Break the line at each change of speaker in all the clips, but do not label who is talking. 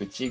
内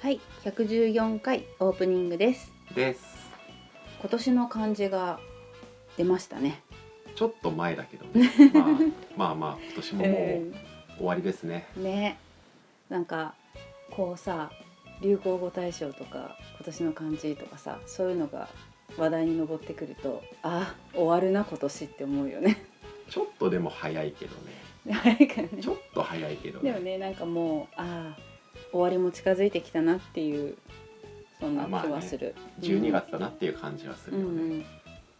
はい114回オープニングです
です
今年の漢字が出ましたね
ちょっと前だけど ね、まあ、まあまあ今年ももう終わりですね
ねなんかこうさ流行語大賞とか今年の漢字とかさそういうのが話題に上ってくるとあ終わるな今年って思うよね
ちょっとでも早いけどね
早いからね
ちょっと早いけど
でもねなんかもうあー終わりも近づいてきたなっていうそんな気はする、
12月だなっていう感じはす
う
る
ん
よね、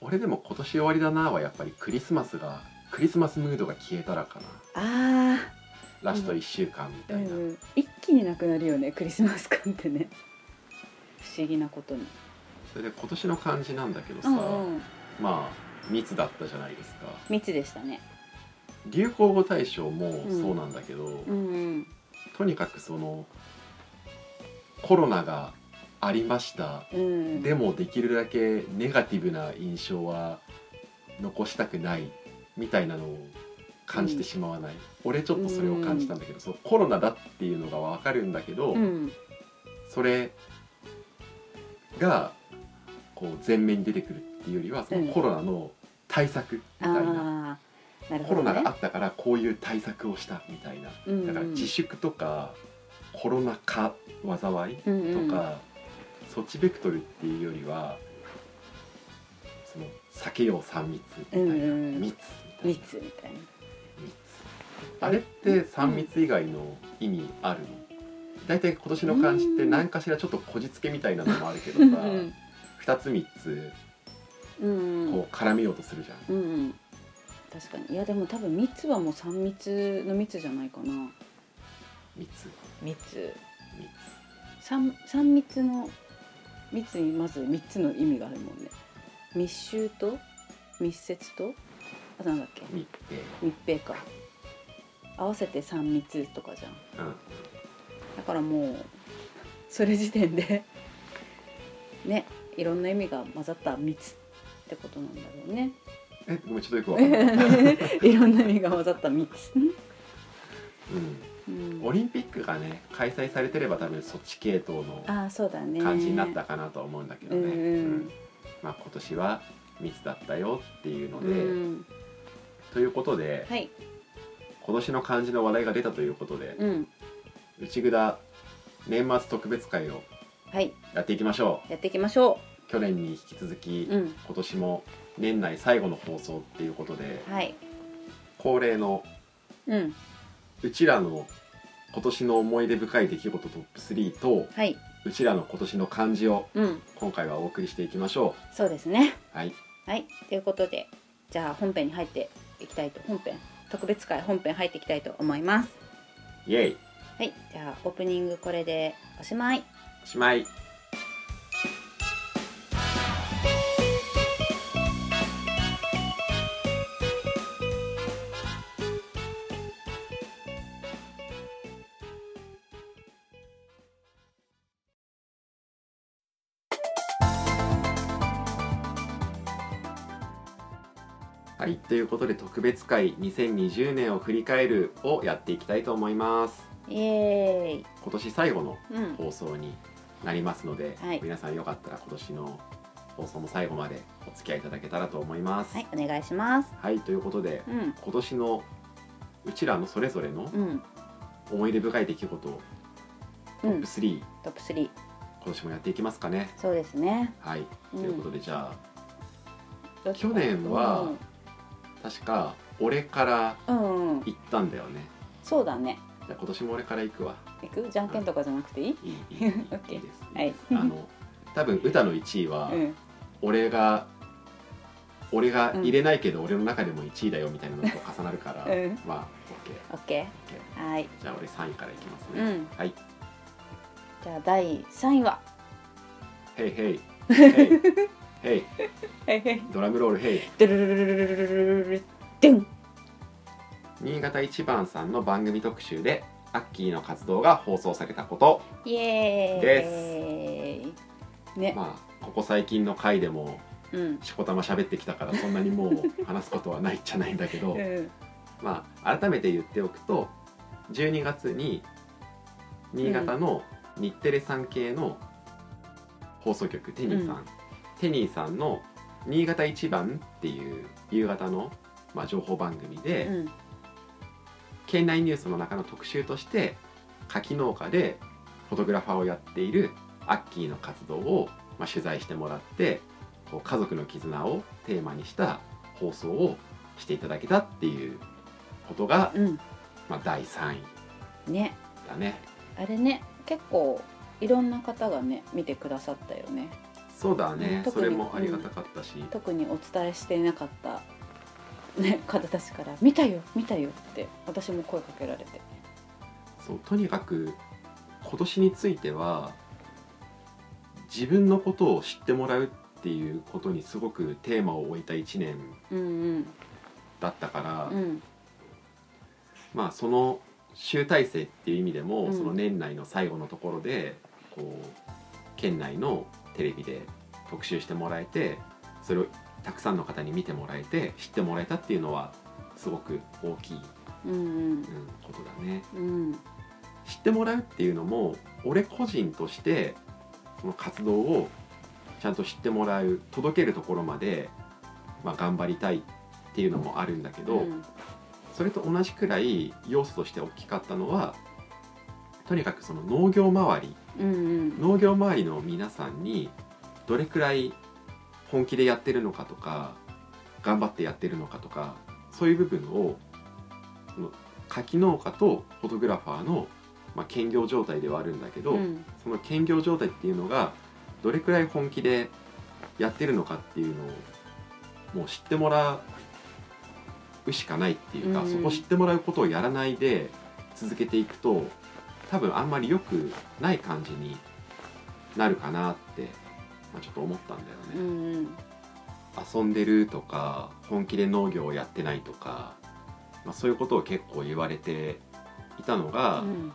俺でも今年終わりだなはやっぱりクリスマスがクリスマスムードが消えたらかな
あ
ラスト1週間み
あ、う
たいな、
ん、一気になくなるよねクリスマス感ってね不思議なことに
それで今年の感じなんだけどさ、
うんうん
まあ密だったじゃないですか
密でしたね
流行語大賞もそうなんだけど、
うんうん
とにかくそのコロナがありました
うん
でもできるだけネガティブな印象は残したくないみたいなのを感じてしまわない、俺ちょっとそれを感じたんだけど、そのコロナだっていうのが分かるんだけど、
うん
それがこう前面に出てくるっていうよりはそのコロナの対策みたいな、
ああなる
コ
ほ
ロ
ど、ね、
ナがあったからこういう対策をしたみたいな、
うんうん
だから自粛とかコロナ禍災い
うん
と
うん
か、そっちベクトルっていうよりはその避けよう3密みたいな、
うんうん
密みたいな
密みたいな
密あれって3密以外の意味あるの、だいたい今年の漢字って何かしらちょっとこじつけみたいなのもあるけどさ、
うん
2つ3つ
うん
こう絡めようとするじゃん、
うんうん確かにいやでも多分密はもう三密の密じゃないかな
密
密
密
三三密の密にまず三つの意味があるもんね密集と密接とあとなんだっけ
密って、
密閉か合わせて三密とかじゃん
うん、
だからもうそれ時点で ねいろんな意味が混ざった密ってことなんだろう ね
えごめんちょっとよくわかんない、
いろんな意味が混ざった密、う
うんん、オリンピックがね開催されてれば多分そっち系統の
ああそうだね
感じになったかなとは思うんだけどね、
うん
うんまあ、今年は密だったよっていうの
う
で、
ん
ということで、
はい
今年の漢字の話題が出たということで、
うん
内ぐだ年末特別会を
はい
やっていきましょ
やっていきましょ
う去年に引き続き、
ううん
今年も年内最後の放送っていうことで
はい
恒例の
うん
うちらの今年の思い出深い出来事トップ3と
はいう
ちらの今年の漢字を
うん
今回はお送りしていきましょ
そうですね
うはい
はいということでじゃあ本編に入っていきたいと本編特別会本編入っていきたいと思います
イエイ
はいじゃあオープニングこれでおしまい
おしまいはい、ということで特別会2020年を振り返るをやっていきたいと思います
イエーイ
今年最後の
うん
放送になりますので、
はい
皆さんよかったら今年の放送も最後までお付き合いいただけたらと思います。
はいお願いします
はい、ということで
うん
今年のうちらのそれぞれの
うん
思い出深い出来事を
う
トッ
ん
プ3、今
トップ3
年もやっていきますかね
そうですね
はい、
うん
ということでじゃあ
どっち
去年は確か俺から
うん、うんうん、
行ったんだよね
そうだね
じゃあ今年も俺から行くわ
いくじゃんけんとかじゃなくていい
いいいいいいいい
オッケー
です
はい
ですあの多分歌の1位は、
うん
俺が俺が入れないけど俺の中でも1位だよみたいなのと重なるから、
うん
まあ OK
オッケ
OK
ーはい
じゃあ俺3位からいきます
う
ね、
ん
はい
じゃあ第3位は
「ヘイヘ イヘイヘイ
はいはい
ドラムロールヘイ
ドゥルルルルルルルルルルドゥン
新潟一番さんの番組特集でアッキーの活動が放送されたこと
イエーイね、
まあここ最近の回でも
うん
しこたま喋ってきたからそんなにもう話すことはないじゃないんだ けど
うん
まあ改めて言っておくと12月に新潟の日テレさん系の放送局、テニーさん、
う
テニーさんの「新潟一番」っていう夕方の、まあ、情報番組で、
うん
県内ニュースの中の特集として柿農家でフォトグラファーをやっているアッキーの活動を、まあ、取材してもらってこう家族の絆をテーマにした放送をしていただけたっていうことが、
うん
まあ、第3位
ね
だね
あれね結構いろんな方がね見てくださったよね
そうだね
うん
それもありがたかったし、
特にお伝えしていなかった、ね、方たちから「見たよ見たよ」って私も声かけられて
そうとにかく今年については自分のことを知ってもらうっていうことにすごくテーマを置いた1年
うん
だったから、
うんうん
まあその集大成っていう意味でも、
うん
その年内の最後のところでこう県内のテレビで特集してもらえてそれをたくさんの方に見てもらえて知ってもらえたっていうのはすごく大きい、うん、
うん
ことだね。
うんうん
知ってもらうっていうのも俺個人としてその活動をちゃんと知ってもらう届けるところまで、まあ、頑張りたいっていうのもあるんだけど、
うん
それと同じくらい要素として大きかったのはとにかくその農業周り
うん
農業周りの皆さんにどれくらい本気でやってるのかとか頑張ってやってるのかとかそういう部分をその柿農家とフォトグラファーの、まあ、兼業状態ではあるんだけど、
うん
その兼業状態っていうのがどれくらい本気でやってるのかっていうのをもう知ってもらうしかないっていうか、
うん
そこ知ってもらうことをやらないで続けていくと多分あんまり良くない感じになるかなって、まあ、ちょっと思ったんだよね。
うんうん
遊んでるとか本気で農業をやってないとか、まあ、そういうことを結構言われていたのが、
うん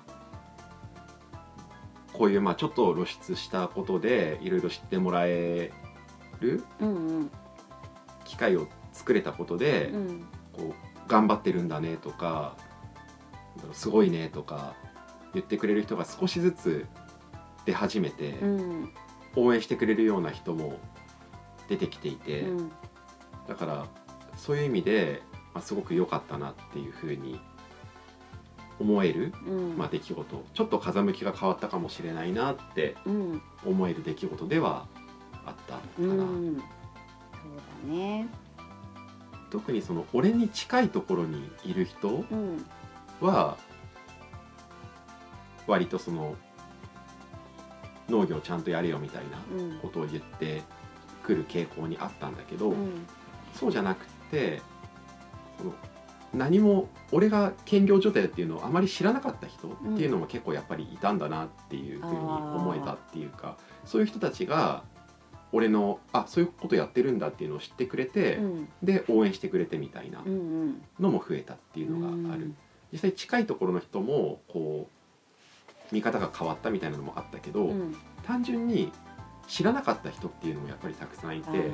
こういうまあちょっと露出したことでいろいろ知ってもらえる
うん
機会を作れたことで、
うん
こう頑張ってるんだねとかなんだろうすごいねとか言ってくれる人が少しずつ出始めて、
うん
応援してくれるような人も出てきていて、
うん
だからそういう意味で、まあ、すごく良かったなっていうふうに思える、
うん
まあ、出来事ちょっと風向きが変わったかもしれないなって
うん
思える出来事ではあったか
う
な、
んそうだね
特にその俺に近いところにいる人
うん
は割とその農業ちゃんとやれよみたいな
うん
ことを言ってくる傾向にあったんだけど、
うん
そうじゃなくてその何も俺が兼業状態だっていうのをあまり知らなかった人っていうのも結構やっぱりいたんだなっていうふうに思えたっていうか、そういう人たちが俺のあそういうことやってるんだっていうのを知ってくれて、
うん
で応援してくれてみたいな
うん
のも増えたっていうのがある、実際近いところの人もこう見方が変わったみたいなのもあったけど、
うんうん
単純に知らなかった人っていうのもやっぱりたくさんいて
あー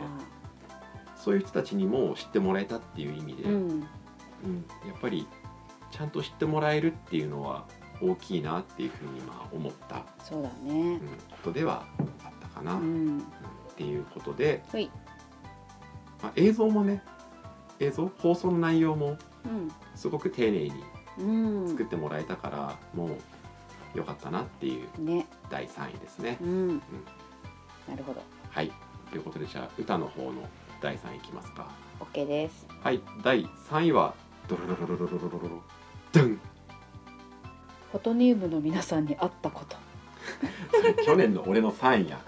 そういう人たちにも知ってもらえたっていう意味で、
うん
うんやっぱりちゃんと知ってもらえるっていうのは大きいなっていうふうにまあ思った、
そうだね
うん、ことではあったかな、
う
うんっ
ん
ていうことで、
はい
まあ、映像もね映像放送の内容も
うん
すごく丁寧に
うん
作ってもらえたから、もう良かったなっていう
ね
第3位ですね
う。んなるほど
はいということでじゃあ歌の方の第3位いきますか。
OK です
はい第3位はドロロロロロロロロロロドン
フォトニウムの皆さんに会ったこと
それ去年の俺の3位や。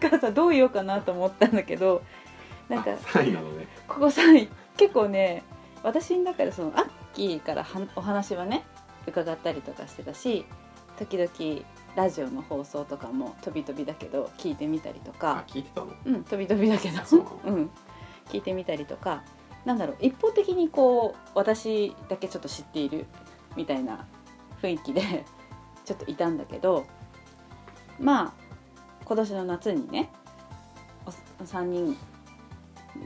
だからさどう言おうかなと思ったんだけどなん か
あ3位なのね。
ここさん結構ね私の中でそのアッキーからはお話はね伺ったりとかしてたし時々ラジオの放送とかもとびとびだけど聞いてみたりとか、
あ聞いてたの
うんとびとびだけど
そう、
うん、聞いてみたりとかなんだろう一方的にこう私だけちょっと知っているみたいな雰囲気で ちょっといたんだけどまあ今年の夏にねお3人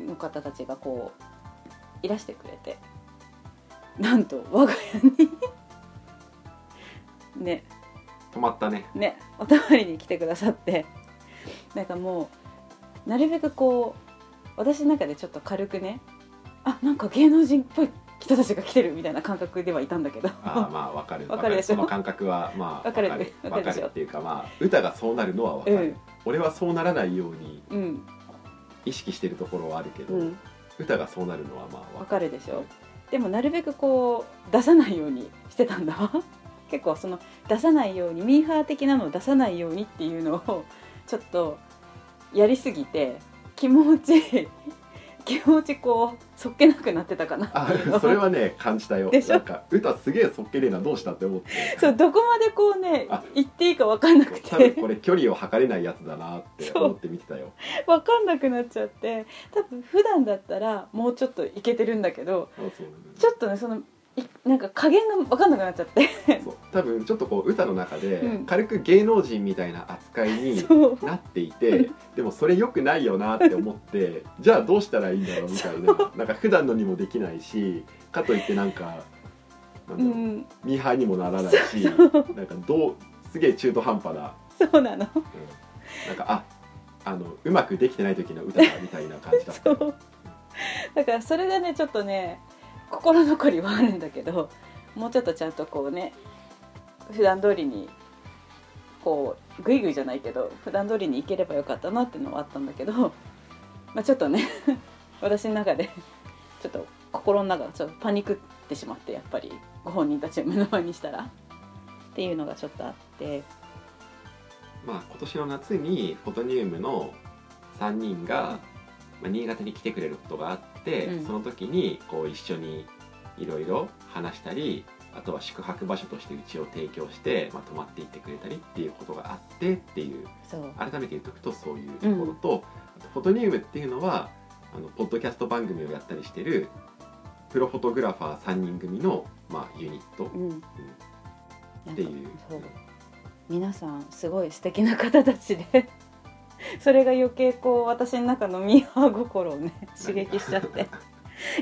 の方たちがこういらしてくれてなんと我が家に ね
止まったね。
ねお泊まりに来てくださって なんかもうなるべくこう私の中でちょっと軽くねあなんか芸能人っぽい人たちが来てるみたいな感覚ではいたんだけど
あーまあわかる
わかるでしょ
その感覚はまあ
わかるわか
わ
るで
か
しょ
るっていうかまあ歌がそうなるのはわか
う
る、
ん
俺はそうならないように
うん
意識してるところはあるけど、
うん
歌がそうなるのはまあ
わ
わか
かるでしょでもなるべくこう出さないようにしてたんだわ 結構その出さないようにミーハー的なのを出さないようにっていうのをちょっとやりすぎて気持ち 気持ちこうそっけなくなってたかなっていうの
あそれはね感じたよ
でしょ
なんか歌すげえそっけねえなどうしたって思って
そうどこまでこうね
あ
言っていいか分かんなく
多分
て
これ距離を測れないやつだなって
そう
思って見てたよ
分かんなくなっちゃって多分普段だったらもうちょっといけてるんだけど
あそう
ちょっとねそのいなんか加減が分かんなくなっちゃって
そう多分ちょっとこう歌の中で
うん
軽く芸能人みたいな扱いに
そう
なっていてでもそれ良くないよなって思って じゃあどうしたらいいんだろうみたいななんか普段のにもできないしかといってなんかなん
う
だろう、
ん
ミーハーにもならないしなんかどうすげえ中途半端な、
そうなの
うんなんかああのうまくできてない時の歌だみたいな感じだった
そ
よ
うだからそれがねちょっとね心残りはあるんだけどもうちょっとちゃんとこうね普段通りにこうグイグイじゃないけど普段通りに行ければよかったなっていうのはあったんだけど、まあ、ちょっとね私の中でちょっと心の中がちょっとパニックってしまってやっぱりご本人たちを目の前にしたらっていうのがちょっとあって
まあ今年の夏にフォトニウムの3人が、まあ、新潟に来てくれることがあって、
うん
その時にこう一緒にいろいろ話したりあとは宿泊場所としてうちを提供して、まあ、泊まっていってくれたりっていうことがあってっていう
そう
改めて言っとくとそういうところと、あとフォトニウムっていうのはあのポッドキャスト番組をやったりしてるプロフォトグラファー3人組の、まあ、ユニット
うんな
っ
ん
て
か
いう。
そう皆さんすごい素敵な方たちでそれが余計こう私の中のミーハー心をね刺激しちゃって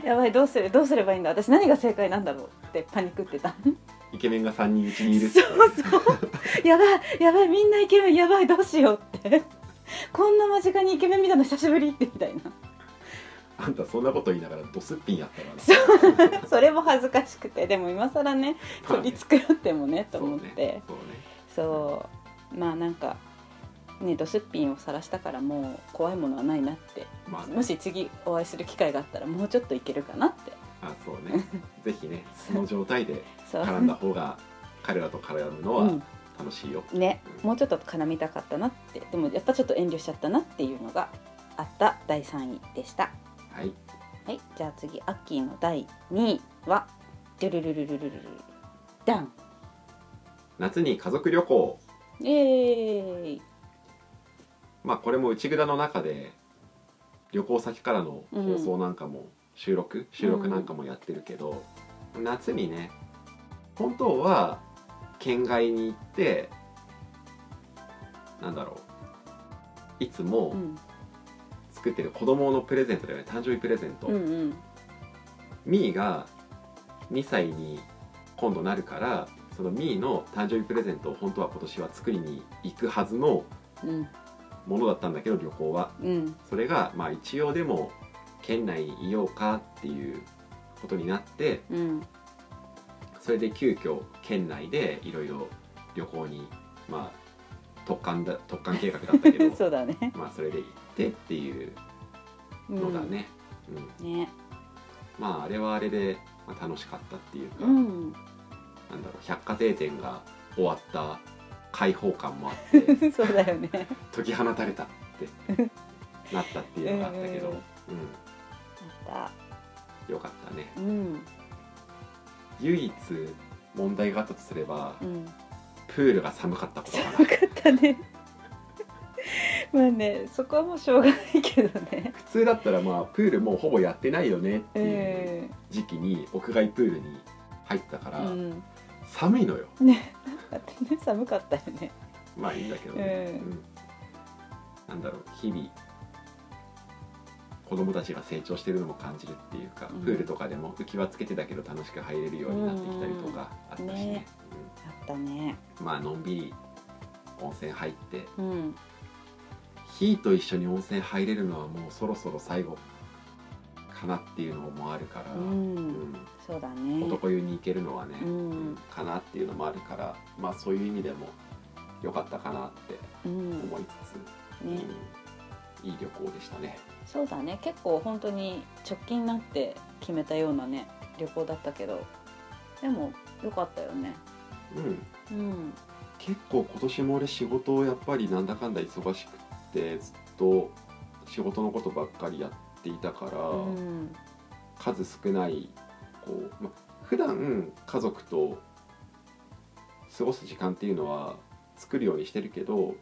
やばいどうするどうすればいいんだ私何が正解なんだろうってパニックってた
イケメンが3人うちにいるって
そうそうやばいやばいみんなイケメンやばいどうしようってこんな間近にイケメン見たの久しぶりってみたい な
あんたそんなこと言いながらドスッピンやったからね
そうそれも恥ずかしくてでも今更ね
まあ
取り繕ってもねと思って。
そうね
そうまあなんかねドスッピンを晒したからもう怖いものはないなって
そうねまあね
もし次お会いする機会があったらもうちょっといけるかなって
あそうねぜひねその状態で
そう
絡んだ方が彼らと絡むのは楽しいよ、
うん、ねもうちょっと絡みたかったなってでもやっぱちょっと遠慮しちゃったなっていうのがあった第3位でした
はい
はいじゃあ次アッキーの第2位はドゥルルルルルルルダン
夏に家族旅行
イエーイ
まあこれも内蔵の中で旅行先からの放送なんかも収録、収録なんかもやってるけど、夏にね本当は県外に行ってなんだろういつ
う
も
ん
作ってる子供のプレゼントだよね誕生日プレゼント、
うんうん
ミーが2歳に今度なるからそのミーの誕生日プレゼントを本当は今年は作りに行くはずの
うん
ものだったんだけど旅行は
うん
それがまあ一応でも県内にいようかっていうことになって
うん
それで急遽県内でいろいろ旅行にまあ特艦だ特艦計画だったけど
そうだね
まあそれで行ってっていう
うん
のがね、うん
ね
まああれはあれで、まあ、楽しかったっていうか、
うん
なんだろう百貨定展が終わった開放感もあって
そうだよねあ
解き放たれたってなったっていうのがあったけど、
うん
う
っ
ん、よかったね
たうん
唯一問題があったとすれば、
うん
プールが寒かったことかな
分かったねまあねそこはもうしょうがないけどね
普通だったらまあプールもうほぼやってないよねっていう
うん
時期に屋外プールに入ったから、
うん
寒いのよ
ねだってね寒かったよね
まあいいんだけどね、
うん
うんなんだろう日々子供たちが成長してるのも感じるっていうか、
うん
プールとかでも浮き輪つけてたけど楽しく入れるようになってきたりとかあったしね,うん、
ねあったね
まあのんびり温泉入って
うん
火と一緒に温泉入れるのはもうそろそろ最後かなっていうのもあるから、
うん
う
そうだ
ん
ね
男湯に行けるのはね、
うん
かなっていうのもあるからまあそういう意味でも良かったかなって
うん
思いつ
ね
つ。うんいい旅行でしたね。
そうだね結構本当に直近になって決めたようなね旅行だったけどでも良かったよね
うん、
うん
結構今年も俺仕事をやっぱりなんだかんだ忙しくってずっと仕事のことばっかりやっていたから、
うん
数少ないこう、ま、普段家族と過ごす時間っていうのは作るようにしてるけど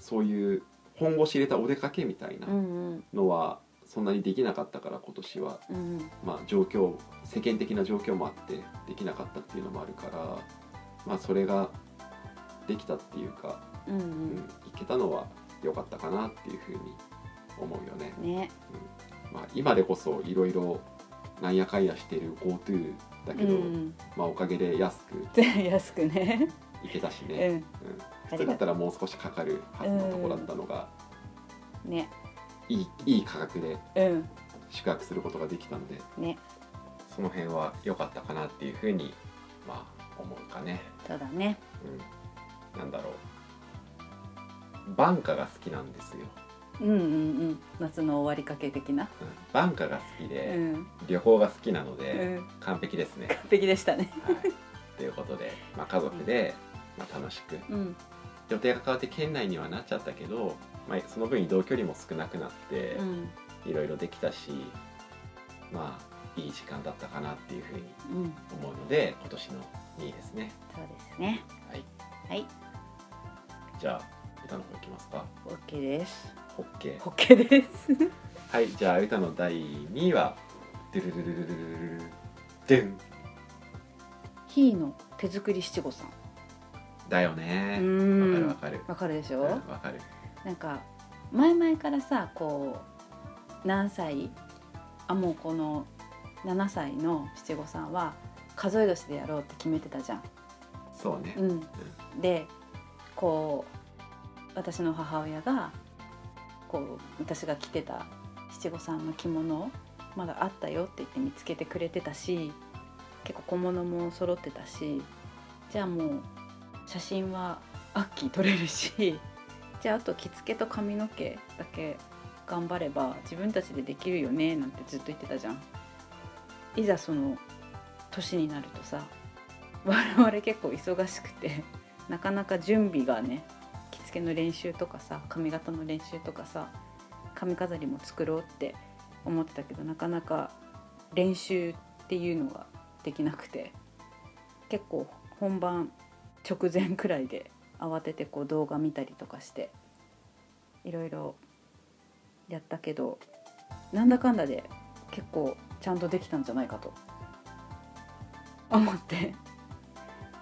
そういう本腰入れたお出かけみたいな
うん
のはそんなにできなかったから今年は
うん
まあ、状況世間的な状況もあってできなかったっていうのもあるから、まあ、それができたっていうか、
う
うん
ん
いけたのは良かったかなっていうふうに思うよね
う。んね
まあ、今でこそいろいろなんやかんやしてる GoTo だ
う
けど、
ん
まあ、おかげで安く
で安くね
行けたし
う
ね、
ん
うん
あり
普通だ
が
っ
と
たらもう少しかかるはずのとこだったのが、
うね
いいいい価格で
うん
宿泊することができたので
ね
その辺は良かったかなっていうふうに、まあ、思うかね。
そうだね
うんなんだろう晩夏が好きなんですよ、
うんうんうん夏の終わりかけ的な
うん、晩夏が好き
う
で、
ん
旅行が好きなの
う
で、
ん
完璧ですね、
完璧でしたね
はい、ということで、まあ、家族で、まあ、楽しく
うん
予定が変わって県内にはなっちゃったけど、まあ、その分移動距離も少なくなって
うん
いろいろできたしまあいい時間だったかなっていうふうに
うん
思うので今年の2位ですね
そうですね
はい
はい
じゃあ歌の方いきますか
OK です
ホッケー
OK です
はい、じゃあ歌の第2位は「ドゥルルルルルルルルン
ひーの手作り七五三」
だよ
う
ねわかる
ん
わかる
わかるでし
う
ょ、
んわかる
なんか前々からさこう何歳あもうこの7歳の七五三は数え年でやろうって決めてたじゃん。
そうね
うん、でこう私の母親がこう私が着てた七五三の着物をまだあったよって言って見つけてくれてたし結構小物も揃ってたしじゃあもう写真はアッキー撮れるし じゃああと着付けと髪の毛だけ頑張れば自分たちでできるよねなんてずっと言ってたじゃん。いざその年になるとさ我々結構忙しくてなかなか準備がね着付けの練習とかさ髪型の練習とかさ髪飾りも作ろうって思ってたけどなかなか練習っていうのができなくて結構本番直前くらいで慌ててこう動画見たりとかしていろいろやったけどなんだかんだで結構ちゃんとできたんじゃないかと思って。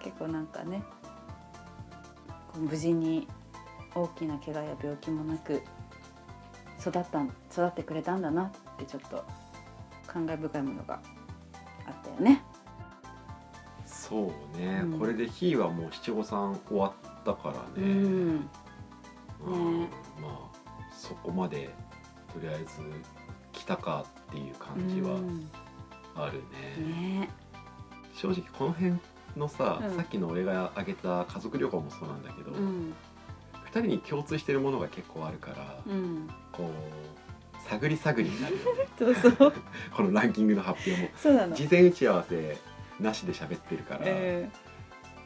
結構なんかねこう無事に大きな怪我や病気もなく育ったん育ってくれたんだなってちょっと感慨深いものがあったよね。
そうね、
うん
これで「ひ」はもう七五三終わったからね、
うん、
うん
ね
まあそこまでとりあえず来たかっていう感じ
う
は
ん
あるね
ね
正直この辺のさ、
うん
さっきの俺が挙げた家族旅行もそうなんだけど、
う
二
ん
人に共通してるものが結構あるから、
うん
こう探り探りになるよね
そうそう
このランキングの発表も
そうなの
事前打ち合わせなしで喋ってるから、
え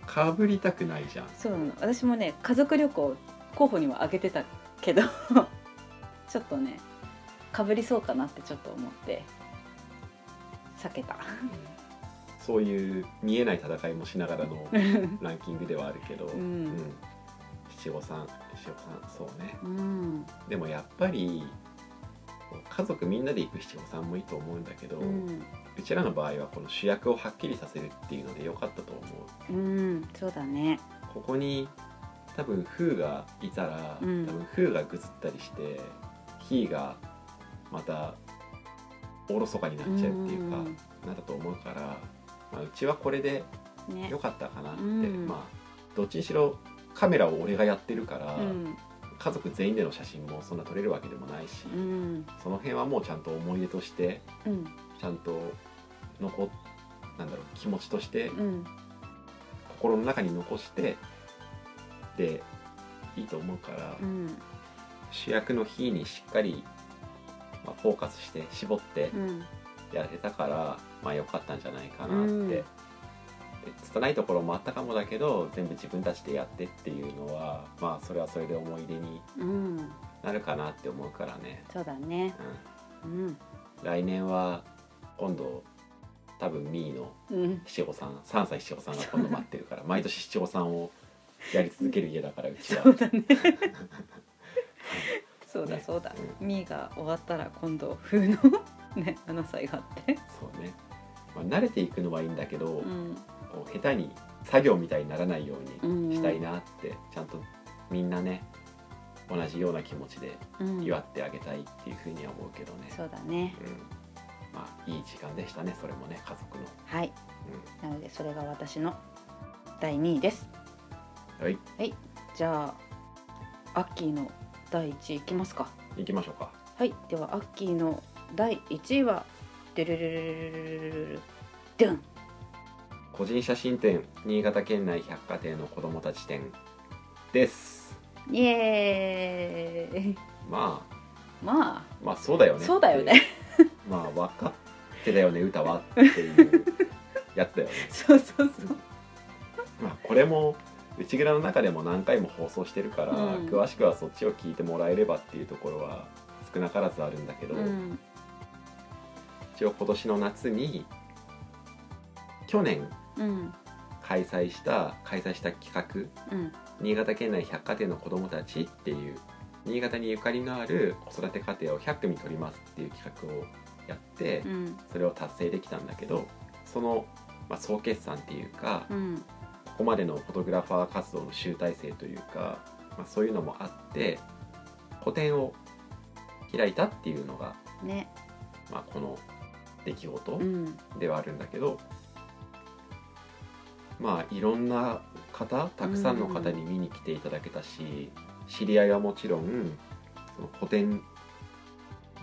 かぶりたくないじゃん
ーそうなの私もね家族旅行候補には挙げてたけど ちょっとねかぶりそうかなってちょっと思って避けた
そういう見えない戦いもしながらの
う
ランキングではあるけど、うん
ん
七五三七五三そうね
うん
でもやっぱりこう家族みんなで行く七五三もいいと思うんだけど、
う
うんちらの場合はこの主役をはっきりさせるっていうので良かったと思う
うんそうだね
ここに多分フーがいたら、
うん
多分フーがぐずったりしてヒーがまたおろそかになっちゃうっていうか、
うん
なったと思うから、まあ、うちはこれで
ね
良かったかなって、
うん
まあどっちにしろカメラを俺がやってるから、
うん
家族全員での写真もそんな撮れるわけでもないし、
うん
その辺はもうちゃんと思い出として
うん
ちゃんと残っなんだろう気持ちとして
うん
心の中に残してでいいと思うから、
うん
主役の日にしっかり、まあ、フォーカスして絞って
うん
やれたから、まあ良かったんじゃないかなって、
うん
で拙いところもあったかもだけど全部自分たちでやってっていうのはまあそれはそれで思い出に
うん
なるかなって思うからね、
そうだね
う
うん
ん、来年は今度多分ミーの
うん
七五三3歳七五三が今度待って るから毎年七五三をやり続ける家だからうちは
そうだねそうだ
ね
そうだ
う
みーが終わったら今度風のね7歳があって
そうね、まあ、慣れていくのはいいんだけど、
うん
こう下手に作業みたいにならないよう
うん
にしたいなって、ちゃんとみんなね同じような気持ちで
うん
祝ってあげたいっていうふうには思うけどね、
そうだね
うんまあいい時間でしたねそれもね家族の、
はいなのでそれが私の第2位です
うん、はい
じゃあアッキーの第1位いきますか
行きましょうか
はいではアッキーの第1位はドゥルルルルルルルルルドゥン
個人写真展新潟県内百貨店の子どもたち展です
イエーイ
まあ
まあ
まあそうだよね
そうだよね
まあ分かってたよね歌はっていうやつだよね
そうそうそう
まあ、これも内蔵の中でも何回も放送してるから、
うん
詳しくはそっちを聞いてもらえればっていうところは少なからずあるんだけど、
うん
一応今年の夏に去年
うん
開催した開催した企画
うん
「新潟県内百貨店の子どもたち」っていう新潟にゆかりのある子育て家庭を100組取りますっていう企画をやって、
うん
それを達成できたんだけどその、まあ、総決算っていうか、
うん
ここまでのフォトグラファー活動の集大成というか、まあ、そういうのもあって個展を開いたっていうのが、
ね
まあ、この出来事
うん
ではあるんだけど、まあいろんな方たくさんの方に見に来ていただけたし、知り合いはもちろんその個展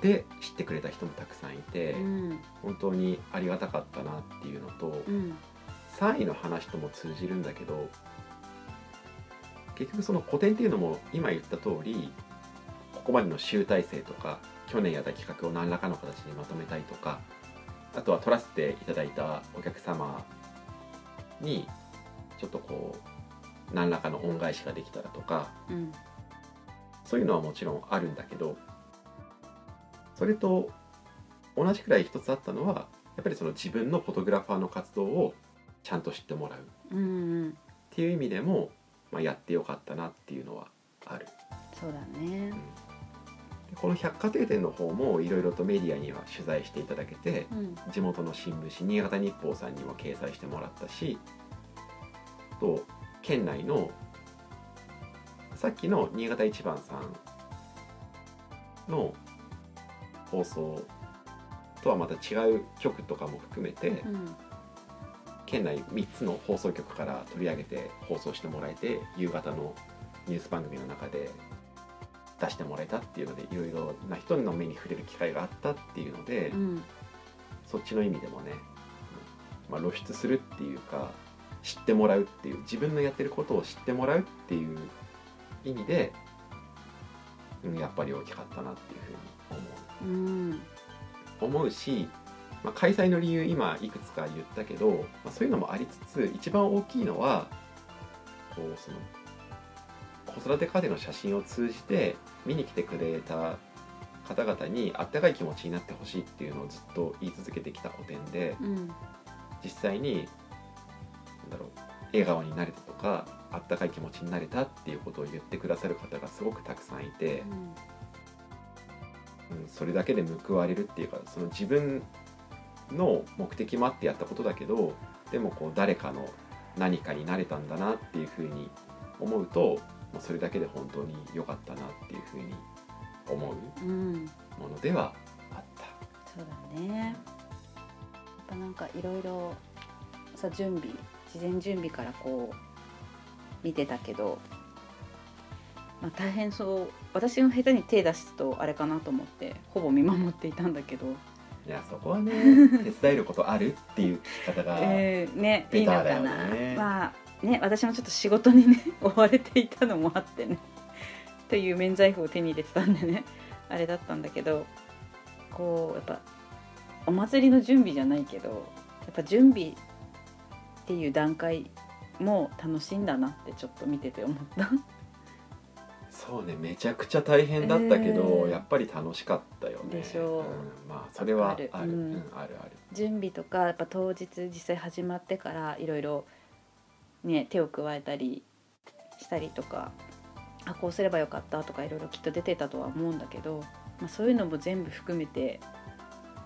で知ってくれた人もたくさんいて、
うん
本当にありがたかったなっていうのと。
うん
3位の話とも通じるんだけど結局その古典っていうのも今言った通りここまでの集大成とか去年やった企画を何らかの形にまとめたいとかあとは撮らせていただいたお客様にちょっとこう何らかの恩返しができたらとか
うん
そういうのはもちろんあるんだけどそれと同じくらい一つあったのはやっぱりその自分のフォトグラファーの活動をちゃんと知ってもらうっ
うん
ていう意味でも、まあ、やってよかったなっていうのはある。
そうだね
でこの百貨店店の方もいろいろとメディアには取材していただけて
うん
地元の新聞紙新潟日報さんにも掲載してもらったしあと県内のさっきの新潟一番さんの放送とはまた違う局とかも含めて
うん
県内3つの放送局から取り上げて放送してもらえて夕方のニュース番組の中で出してもらえたっていうのでいろいろな人の目に触れる機会があったっていうので。
うん
そそっちの意味でもね、まあ、露出するっていうか知ってもらうっていう自分のやってることを知ってもらうっていう意味で、うん、やっぱり大きかったなっていうふう
う
に
ん
思う思うし、まあ、開催の理由今いくつか言ったけど、まあ、そういうのもありつつ一番大きいのはこうその子育て家庭の写真を通じて見に来てくれた方々にあったかい気持ちになってほしいっていうのをずっと言い続けてきた個展で。
うん
実際になんだろう笑顔になれたとかあったかい気持ちになれたっていうことを言ってくださる方がすごくたくさんいて、うん、それだけで報われるっていうかその自分の目的もあってやったことだけどでもこう誰かの何かになれたんだなっていうふうに思うともうそれだけで本当に良かったなっていうふうに思う
うん
ものではあった。
そうだねやっぱなんかいろいろさ準備事前準備からこう見てたけど、まあ、大変そう私の下手に手出すとあれかなと思ってほぼ見守っていたんだけど、
いやそこ はね手伝えることあるっていう聞き方が、
えーねい
ベ
いの
ターだ
か
よね
な、まあね私もちょっと仕事にね 追われていたのもあってね という免罪符を手に入れてたんでねあれだったんだけどこうやっぱお祭りの準備じゃないけどやっぱ準備っていう段階も楽しいんだなってちょっと見てて思った。
そうねめちゃくちゃ大変だったけど、
うん
やっぱり楽しかったよね
でしょうん
まあそれはあ
あ
る
る
ある、う
うんん
あるある
準備とかやっぱ当日実際始まってからいろいろね手を加えたりしたりとかあこうすればよかったとかいろいろきっと出てたとは思うんだけど、まあ、そういうのも全部含めて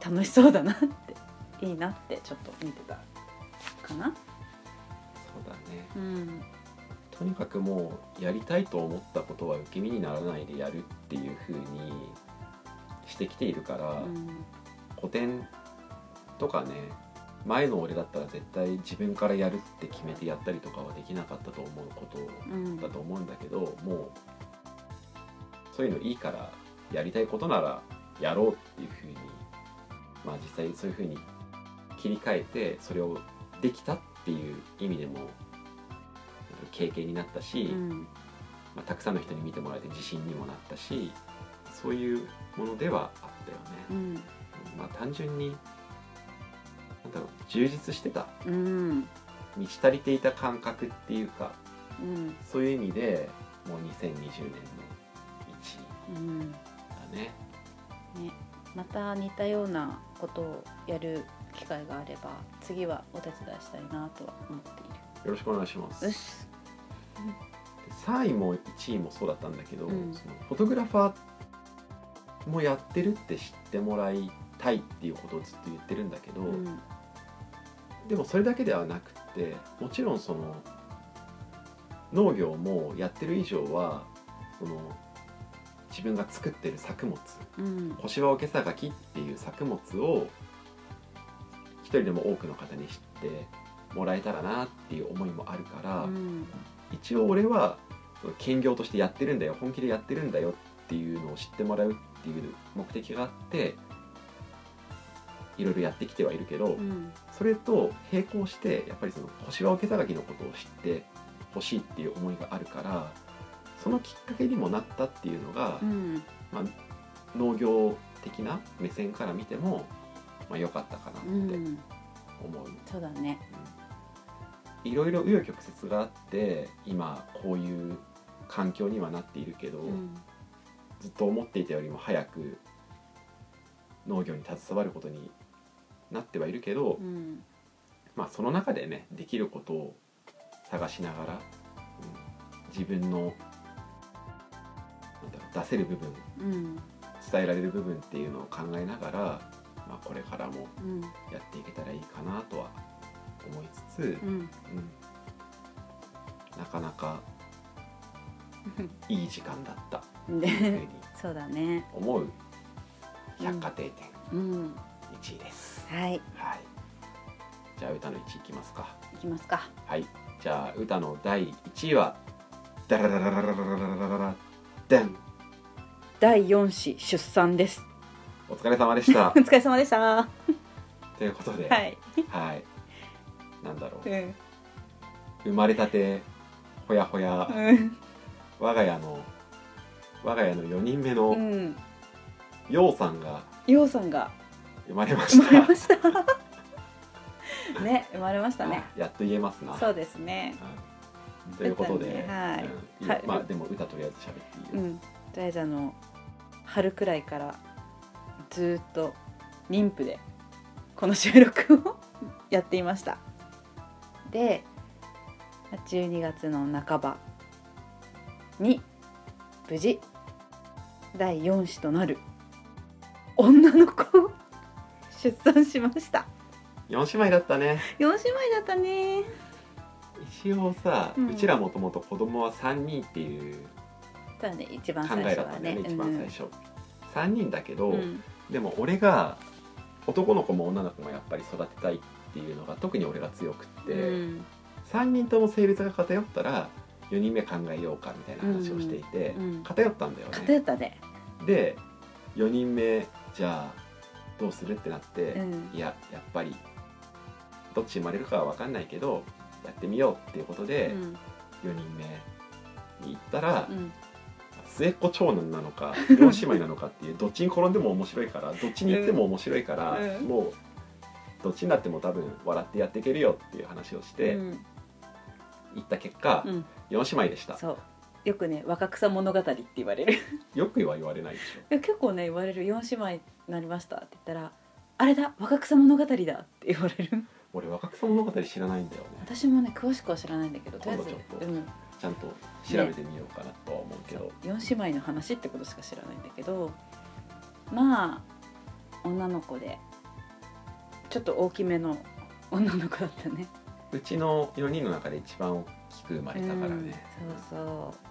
楽しそうだなっていいなってちょっと見てたかな。
そうだね
うん、
とにかくもうやりたいと思ったことは受け身にならないでやるっていうふうにしてきているから、
うん
古典とかね前の俺だったら絶対自分からやるって決めてやったりとかはできなかったと思うこと
うん
だと思うんだけどもうそういうのいいからやりたいことならやろうっていうふうにまあ実際そういうふうに切り替えてそれをできたっていう意味でも経験になったし、
うん
まあ、たくさんの人に見てもらえて自信にもなったしそういうものではあったよ
うん
ね。まあ、単純になんだろう充実してた
うん
満ち足りていた感覚っていうか
うん
そういう意味でもう2020年の1
うん
位だね。
ね、また似たようなことをやる機会があれば次はお手伝いしたいなとは思ってい
よろしくお願いします。
るうっ
です3位も1位もそうだったんだけど、
うん
そのフォトグラファーもやってるって知ってもらいたいっていうことをずっと言ってるんだけど、
うん
でもそれだけではなくってもちろんその農業もやってる以上はその自分が作ってる作物
うん
小芝桶さがきっていう作物を一人でも多くの方に知ってもらえたらなっていう思いもあるから、
うん
一応俺はその兼業としてやってるんだよ本気でやってるんだよっていうのを知ってもらうっていう目的があっていろいろやってきてはいるけど、
うん
それと並行してやっぱりその腰は桶さがきのことを知ってほしいっていう思いがあるからそのきっかけにもなったっていうのが、
うん
まあ、農業的な目線から見てもまあ、良かったかなって
う
思う、
んそうだね
いろいろ紆余曲折があって今こういう環境にはなっているけど、
うん
ずっと思っていたよりも早く農業に携わることになってはいるけど、
うん
まあ、その中でねできることを探しながら、うん自分のなんだろう出せる部分
うん
伝えられる部分っていうのを考えながら、まあ、これからも
うん
やっていけたらいいかなとは思いつつ、
うん
うんなかなかいい時間だった
うん
と
で
いうふうに
そうだね
思う百貨店店
うん
1位です。
はい
はい、じゃあ歌の1位いきますか。
いきますか
はい、じゃあ歌の第1位は「ダララララララララララダン
第四子出産です
お疲れ様でした
お疲れ様でした
ということで、
は
はい、
い、
なんだろ
う、
うん生まれたてほやほや、
うん
我が家の我が家の4人目の
うん、
ようさんが
ようさんが
生まれまし
生まれ
た
ましたね生まれましたね
やっと言えますな
そうですね
はいということで、
歌ねはい
うん
はい
まあでも歌とりあえず喋っていいよ、
うんとりあえずあの春くらいからずーっと妊婦でこの収録をやっていましたで12月の半ばに無事第4子となる女の子を出産しました
四姉妹だったね
4姉妹だったね
一応さ、
う
うんちらもともと子供は3人っていう
だね一番
考
最
え
初
だっ
は
たんだ
ね
よね一番最初、三3人だけど、
うんうん
でも俺が男の子も女の子もやっぱり育てたいっていうのが特に俺が強くって、
うん
3人とも性別が偏ったら4人目考えようかみたいな話をしていて、
うん
偏ったんだよね。
偏ったね
で4人目じゃあどうするってなって、
うん
いややっぱりどっち生まれるかは分かんないけどやってみようっていうことで、
うん
4人目に行ったら、
うん
末っ子長男なのか両姉妹なの かっていうどっちに転んでも面白いからどっちに行っても面白いから、
うん
もうどっちになっても多分笑ってやっていけるよっていう話をして、
うん
行った結果、
うん
4姉妹でした
そうよくね若草物語って言われるい
よくは言われないでし
や結構ね言われる4姉妹になりましたって言ったらあれだ若草物語だって言われる
ょ俺若草物語知らないんだよね
私もね詳しくは知らないんだけどとりあえず
今度ちょっと
うん、
ちゃんと調べてみようかなとは思うけど、
4姉妹の話ってことしか知らないんだけどまあ女の子でちょっと大きめの女の子だったね
うちの4人の中で一番大きく生まれたからね、
うんそうそう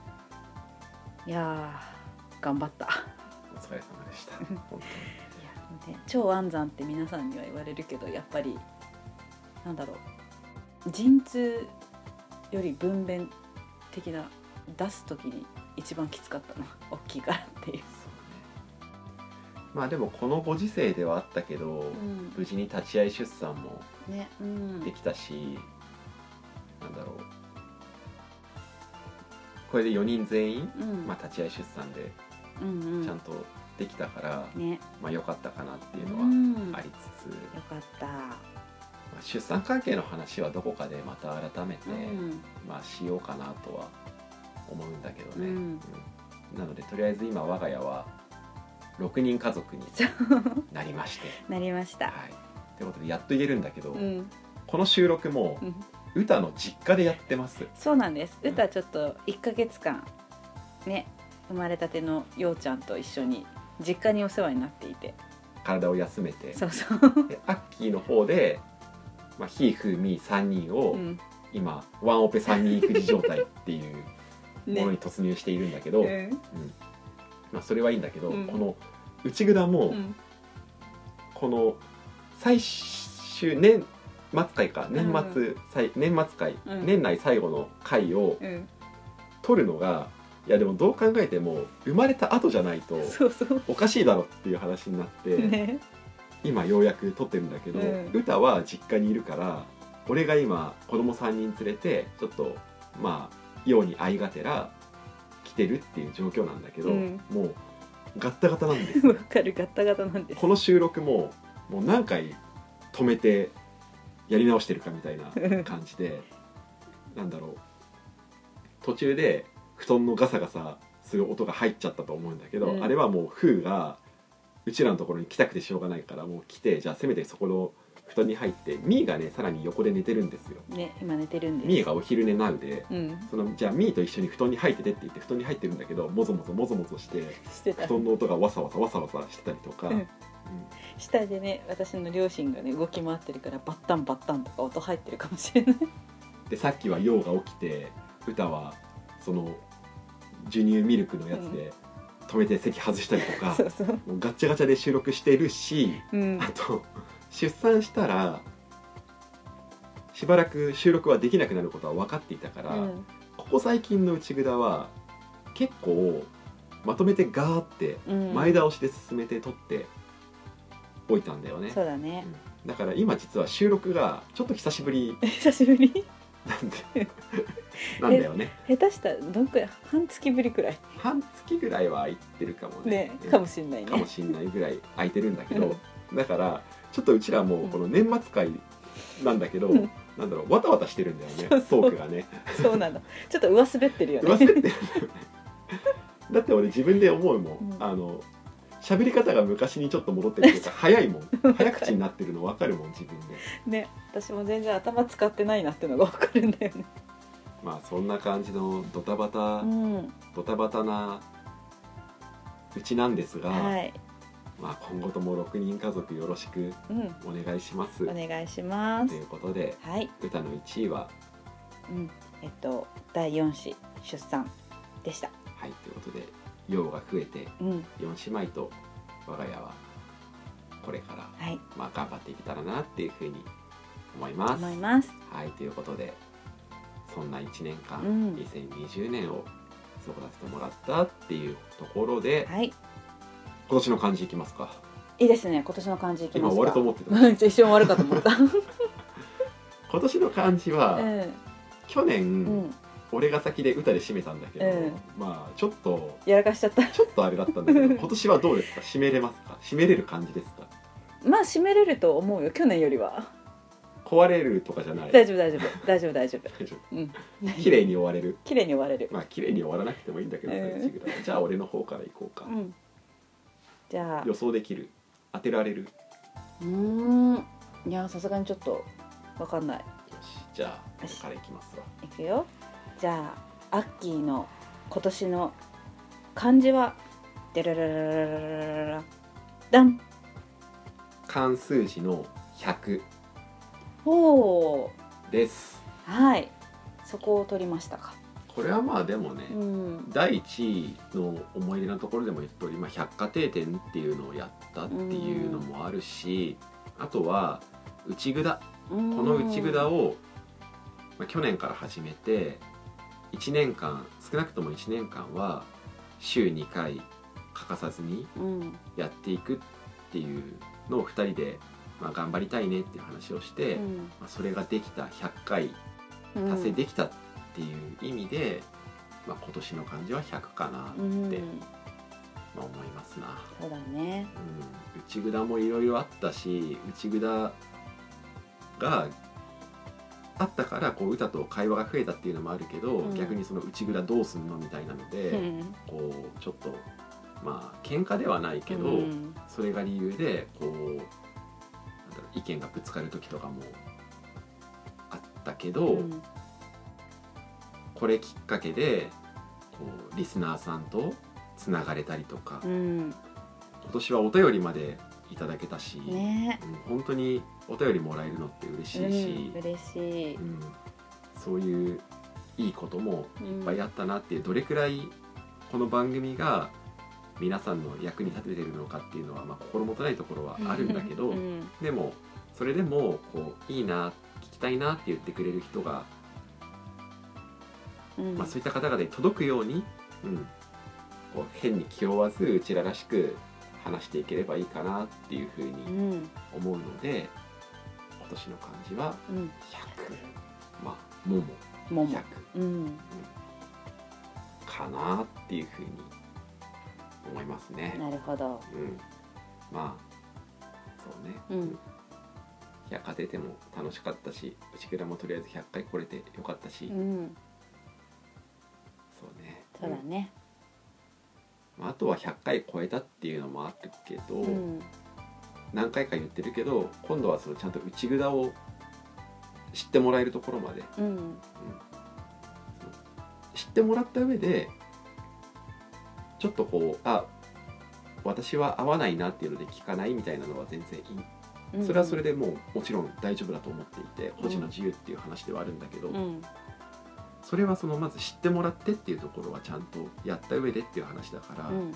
いやー頑張ったい
お疲れ様でした
ん
本当
や、ね、超安産って皆さんには言われるけどやっぱりなんだろう陣痛より分娩的な出す時に一番きつかったな大きいからっていう、
にまあでもこのご時世ではあったけど、無事に立ち会い出産も
ねうん
できたし、なんだろうこれで4人全員、
うん
まあ、立ち会い出産で
うんうん
ちゃんとできたから、
ね
まあ、良かったかなっていう
う
のは
ん
あ
よ
りつつ、ま
かった、
あ出産関係の話はどこかでまた改めて、
うん
まあ、しようかなとは思うんだけどね、
うん
うんなのでとりあえず今我が家は6人家族になり まして。
なりました
はい、ということでやっと言えるんだけど、
うん、
この収録も
うん
歌の実家でやってます。
そうなんです。
うん
歌ちょっと1ヶ月間ね生まれたてのようちゃんと一緒に実家にお世話になっていて、
体を休めて
そうそう。
でアッキーの方で、まあ、ひーふーみー3人を、
うん、
今ワンオペ3人育児状態っていうもの
ね
に。突入しているんだけど、
うん
まあ、それはいいんだけど、
うん
この内蔵も、
うん
この最終年末回か年末、最年末回、
うん
年内最後の回を
うん、
撮るのがいやでもどう考えても生まれた後じゃないと
そうそう。
おかしいだろっていう話になって。
ね。
今ようやく撮ってるんだけど、
うん
歌は実家にいるから俺が今子供3人連れてちょっとまあように相がてら来てるっていう状況なんだけど、
うん
もうガッタガタなんです
わかるガッタガタなんです。
この収録ももう何回止めてやり直してるかみたいな
うん
感じ でなんだろう途中で布団のガサガサする音が入っちゃったと思うんだけど、
うん
あれはもうフーがうちらのところに来たくてしょうがないからもう来てじゃあせめてそこの布団に入ってミーがねさらに横で寝てるんですよ。
ね今寝てるんです。
ミーがお昼寝なうで
うん
そのじゃあミーと一緒に布団に入っててって言って布団に入ってるんだけどもぞもぞもぞもぞして
してた
布。団の音がわさわさわさわさしてたりとか、
うん
うん
下でね私の両親がね動き回ってるからバッタンバッタンとか音入ってるかもしれない。
でさっきは陽が起きて歌はその授乳ミルクのやつで止めて席外したりとか
そ、うそう。
もうガッチャガチャで収録してるし
うん
あと出産したらしばらく収録はできなくなることは分かっていたから、
うん
ここ最近の内札は結構まとめてガーって
うん。
前倒しで進めて撮っておいたんだよね。
そうだね。
うんだから今実は収録がちょっと久しぶり
久しぶり
なんでなんだよね
下手したらどんくらい半月ぶりくらい
半月ぐらいは空いてるかもね
ねかもしんない
かも
ね
しんないぐらい空いてるんだけどだからちょっとうちらもうこの年末会なんだけど、
うん
なんだろうわたわたしてるんだよね
そうそう
トークがね
そうなのちょっと上滑ってるよ
忘れて
ね
る だって俺自分で思うもん、
うん
あの喋り方が昔にちょっと戻ってる というか早いもん早口になってるの分かるもん自分で
ね私も全然頭使ってないなってのが分かるんだよね
まあそんな感じのドタバタ、
うん
ドタバタなうちなんですが、
はい
まあ、今後とも6人家族よろしく
うん
お願いします
お願いしま
と
す
いうことで
はい
歌の1位は
うんえっと第4子出産でした
はいということで量が増えて
うん
4姉妹と我が家はこれから、
はい
まあ、頑張っていけたらなっていうふうに思います。
思います
はいということでそんな1年間、
うん
2020年を過ごさせてもらったっていうところで、
はい
今年の漢字いきますか
いいですね今年の感じいき
今
ます
終
か
わると思ってた
一瞬終わるかと思 った
今年の漢字は、
うん
去年、
うん
俺が先で歌で締めたんだけど、
うん
まあちょっと
やらかしちゃった
ちょっとあれだったんだけど今年はどうですか締めれますか締めれる感じですか
まあ締めれると思うよ去年よりは
壊れるとかじゃない
大丈夫大丈夫大丈夫大丈夫
大丈夫
うん
綺麗に終われる
綺麗に終われる
まあ綺麗に終わらなくてもいいんだけど、
うん
それ違うからじゃあ俺の方からいこうか、
うんじゃあ
予想できる当てられるよ
うーんいやさすがにちょっとわかんない
しじゃあここからいきますわ
いくよじゃあアッキーの今年の漢字はでららららららららダン
漢数字の100
ほう
です
はいそこを取りましたか
これはまあでもね、
うん
第1位の思い出のところでも言った通り、まあ、百貨定店っていうのをやったっていうのもあるし、あとは内札こ
こ
の内札を、まあ、去年から始めて1年間少なくとも1年間は週2回欠かさずに
うん
やっていくっていうのを2人で、まあ、頑張りたいねっていう話をして、
うん
まあ、それができた100回
うん
達成できたっていう意味で、まあ、今年の感じは100かなって、
うん
まあ、思いますな、
そうだね
うん、内札もいろいろあったし内札があったからこう歌と会話が増えたっていうのもあるけど、
うん
逆にその内札どうすんのみたいなので、
うん
こうちょっとまあ喧嘩ではないけど、
うん
それが理由でこうなんだろう意見がぶつかる時とかもあったけど、
うん
これきっかけでこうリスナーさんとつながれたりとか、
うん
今年はお便りまでいただけたし、
ね
うん本当にお便りもらえるのって嬉しいし
うん、嬉しい
うんそういういいこともいっぱいあったなっていうどれくらいこの番組が皆さんの役に立ててるのかっていうのは、まあ、心もとないところはあるんだけど、
うん
でもそれでもこういいな聞きたいなって言ってくれる人が、
うん
まあ、そういった方々に届くように、うん、こう変に気負わずうちららしく話していければいいかなっていうふうに
うん
思うので今年の漢字は
うん
100まあ「もも」
もも
100
うん
かなっていうふうに思いますね。
なるほど
うん、まあそうね、
うん
百貨店でも楽しかったし内蔵もとりあえず100回来れてよかったし、
うん
そうね
そうだね
うんまあ、あとは100回超えたっていうのもあるけど、
うん
何回か言ってるけど今度はそのちゃんと内蔵を知ってもらえるところまで
うん
知ってもらった上でちょっとこうあ私は合わないなっていうので聞かないみたいなのは全然いいそれはそれでもうもちろん大丈夫だと思っていて個人の自由っていう話ではあるんだけど、
うん
それはそのまず知ってもらってっていうところはちゃんとやった上でっていう話だから、
うん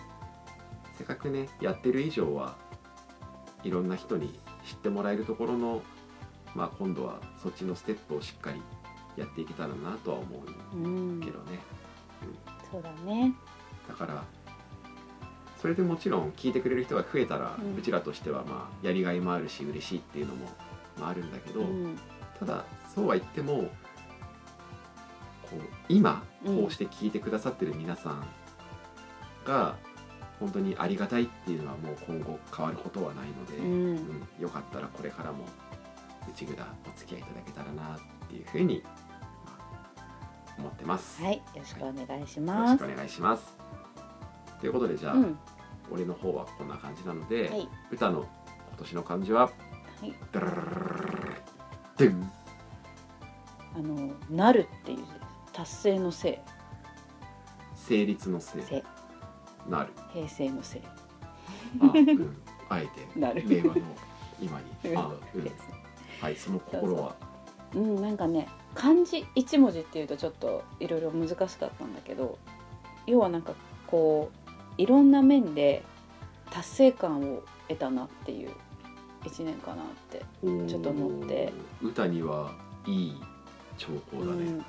せっかくねやってる以上はいろんな人に知ってもらえるところの、まあ、今度はそっちのステップをしっかりやっていけたらなとは思う
うん
けどね。
そうだね
だからそれでもちろん聞いてくれる人が増えたら、
う
うんちらとしてはまあやりがいもあるし嬉しいっていうのも、まあ、あるんだけど、
うん
ただそうは言ってもこう今
うん
こうして聞いてくださってる皆さんが本当にありがたいっていうのはもう今後変わることはないので、
う
うん
ん
よかったらこれからも「うちぐだ」お付き合いいただけたらなっていうふうにまあ思ってます。
はい、よろしくお願いし
よろし
ます
くお。願いします。ということでじゃあ、
うん、
俺の方はこんな感じなので、
はい、
歌の今年の漢字は
はい、
ダラララララララドゥン
あの、なるっていう字です。達成のせ
成立のせ
い、
い
せ、
なる
平成のせい、
あ,、うん、あえて
なる。
令和の今 にあ、う
平
ん
成、
はいその心は
うん、なんかね漢字一文字っていうとちょっといろいろ難しかったんだけど要はなんかこういろんな面で達成感を得たなっていう一年かなって、ちょっと思って
おー歌にはいい兆候
う
だね、
ん、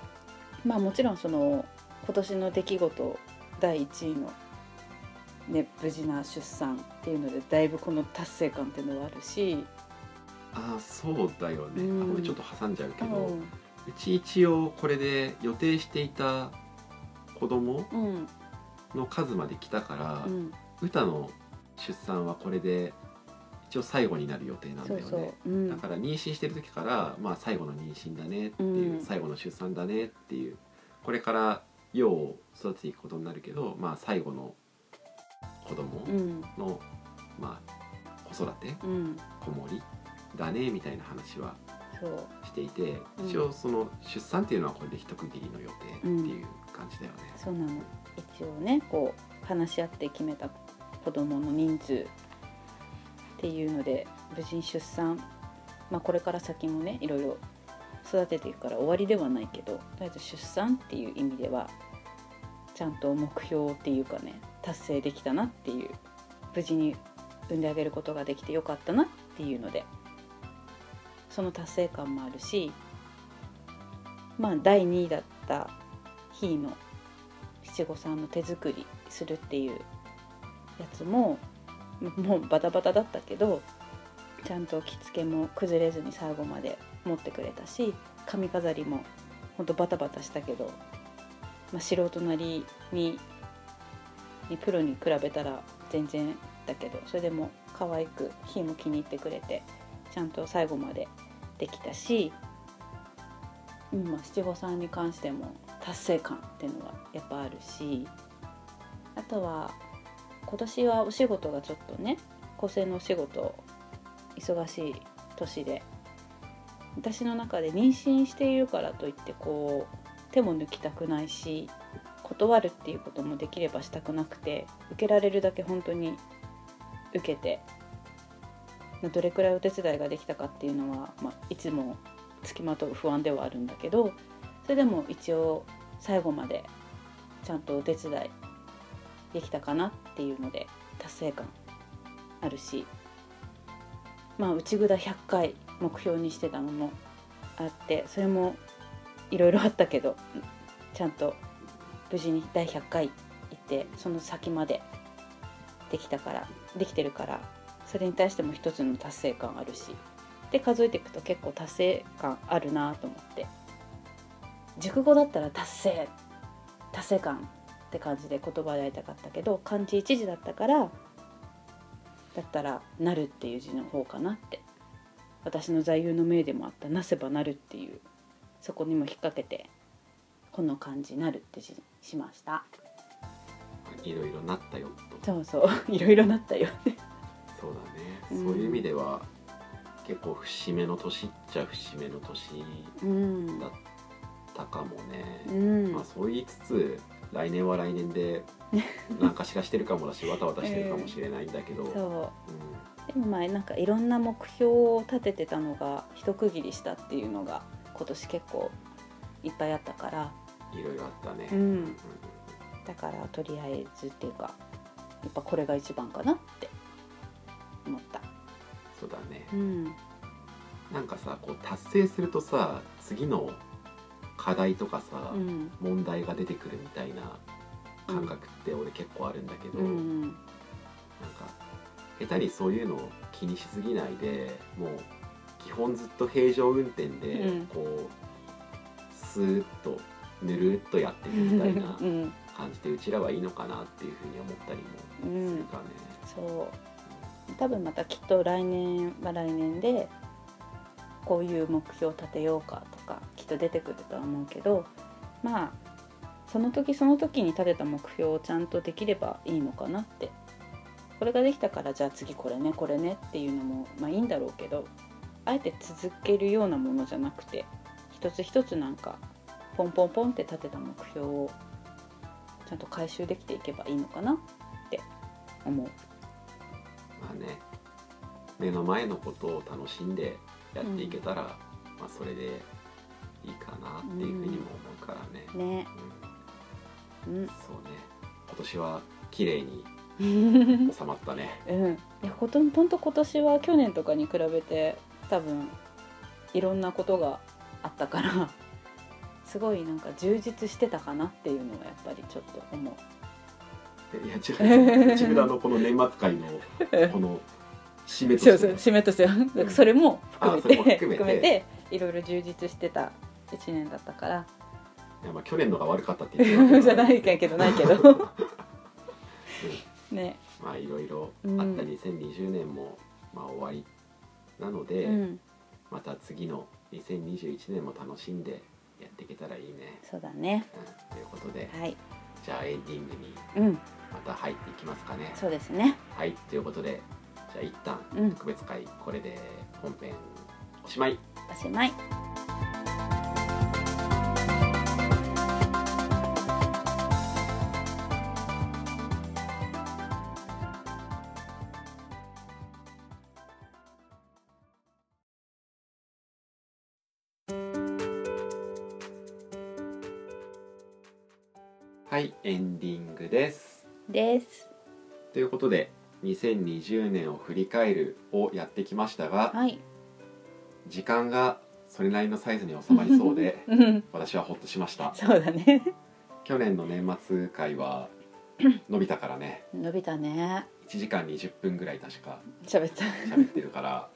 まあもちろんその今年の出来事第一位の、ね、無事な出産っていうのでだいぶこの達成感っていうのはあるし、
ああそうだよね、
うん
あこれちょっと挟んじゃうけ
う
ど、うんち一応これで予定していた子供
うん
の数まで来たから、
うん、
歌の出産はこれで一応最後になる予定なんだ
そ
よ
う
ね
そう、うん
だから妊娠してる時から、まあ、最後の妊娠だねっていう、
うん
最後の出産だねっていうこれから世を育てていくことになるけど、まあ、最後の子供
うん
の、まあ、子育て
うん、
子守りだねみたいな話は
そう
していて
うん
一応その出産っていうのはこれで一区切りの予定っていう感じだよね。
そうなの一応ねこう話し合って決めた子供の人数っていうので無事に出産、まあ、これから先もねいろいろ育てていくから終わりではないけどとりあえず出産っていう意味ではちゃんと目標っていうかね達成できたなっていう無事に産んであげることができてよかったなっていうのでその達成感もあるしまあ第2位だった日の七五三の手作りするっていうやつももうバタバタだったけどちゃんと着付けも崩れずに最後まで持ってくれたし髪飾りもほんとバタバタしたけど、まあ、素人なりににプロに比べたら全然だけどそれでも可愛く火も気に入ってくれてちゃんと最後までできたしうんまあ七五三に関しても達成感っていうのがやっぱあるしあとは今年はお仕事がちょっとね構成のお仕事忙しい年で私の中で妊娠しているからといってこう手も抜きたくないし断るっていうこともできればしたくなくて受けられるだけ本当に受けてまあどれくらいお手伝いができたかっていうのは、まあ、いつもつきまとう不安ではあるんだけどそれでも一応最後までちゃんとお手伝いできたかなっていうので達成感あるしまあ内札100回目標にしてたのもあってそれもいろいろあったけどちゃんと無事に第100回行ってその先までできたからできてるからそれに対しても一つの達成感あるしで数えていくと結構達成感あるなと思って熟語だったら達成達成感って感じで言葉でやりたかったけど漢字一字だったからだったら「なる」っていう字の方かなって私の座右の銘でもあった「なせばなる」っていうそこにも引っ掛けてこの漢字「なる」って字にしました
いろいろなったよと
そうそう いろいろなったよね
そうだね、
うん
そういう意味では結構節目の年っちゃ節目の年
うん
だったかも
う
ね、
ん
まあ、そう言いつつ来年は来年で 何かしらしてるかもだしわたわたしてるかもしれないんだけど、うん
そうでも前なんかいろんな目標を立ててたのが一区切りしたっていうのが今年結構いっぱいあったから、
いろいろあったね、
ん、だからとりあえずっていうかやっぱこれが一番かなって思った。
そうだね
うん、
なんかさこう達成するとさ次の課題とかさ、
うん、
問題が出てくるみたいな感覚って俺結構あるんだけど、
うん、
なんか下手にそういうのを気にしすぎないでもう基本ずっと平常運転で、
うん
こうスーッとぬるっとやってみたいな
うん
感じでうちらはいいのかなっていうふうに思ったりも
う
する
ん
かね。
そう多分またきっと来年は来年でこういう目標を立てようかとかきっと出てくるとは思うけどまあその時その時に立てた目標をちゃんとできればいいのかなってこれができたからじゃあ次これねこれねっていうのもまあいいんだろうけどあえて続けるようなものじゃなくて一つ一つなんかポンポンポンって立てた目標をちゃんと回収できていけばいいのかなって思う。
まあね目の前のことを楽しんでやっていけたら、まあ、それでいいかなっていうふうにも思うからね、
ね、
う ん
うん、
そうね今年は綺麗に
うん、
収まったね
いや、ことん、本当今年は去年とかに比べて、多分。いろんなことがあったから。すごいなんか充実してたかなっていうのはやっぱりちょっと思う。
いや違う内村のこの年末会のこの締めと
そう
し
そう、
て
締めとしては、それも含めて、
あそれも含
含
め
め
て
ていろいろ充実してた一年だった から。
いやまあ去年のが悪かったって言ってるわけ
じゃ
では
ないけど、ないけ ど。ね、
まあいろいろあった2020年も、まあ、終わりなので、
うん、
また次の2021年も楽しんでやっていけたらいいね、
そうだね。
うんということで
はい、
じゃあエンディングに
うん、
また入っていきますかね
そうですね。
はいということでじゃあ一旦
うん
特別会これで本編おしまい
おしまい。
はいエンディングです
です。
ということで2020年を振り返るをやってきましたが、
はい。
時間がそれなりのサイズに収まりそうで
うん、
私はほっとしました
そうだね。
去年の年末会 は伸びたからね
伸びたね。
1時間20分ぐらい確か
喋った。
喋ってるから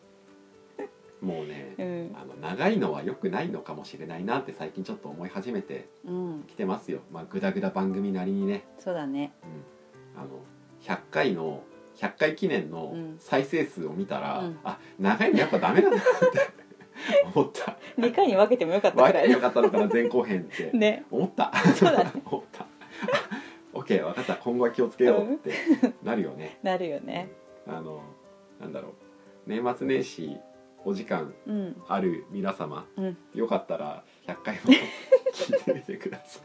もうね
うん。
あの長いのは良くないのかもしれないなって最近ちょっと思い始めて
うん。
きてますよまあグダグダ番組なりにね、
そうだね。
うん、あの100回の100回記念の
うん
再生数を見たら、
うん
あ長いのやっぱダメなんだなって 思った
二回に分けてもよかったくら
若い
い
よ。かったのかな前後編って
ね。
思った
そうだね
思ったオッケー分かった今後は気をつけようってなるよね
なるよね。
あのなんだろう年末年始お時間
うん。
ある皆様
うん。
よかったら100回も聞い てみてください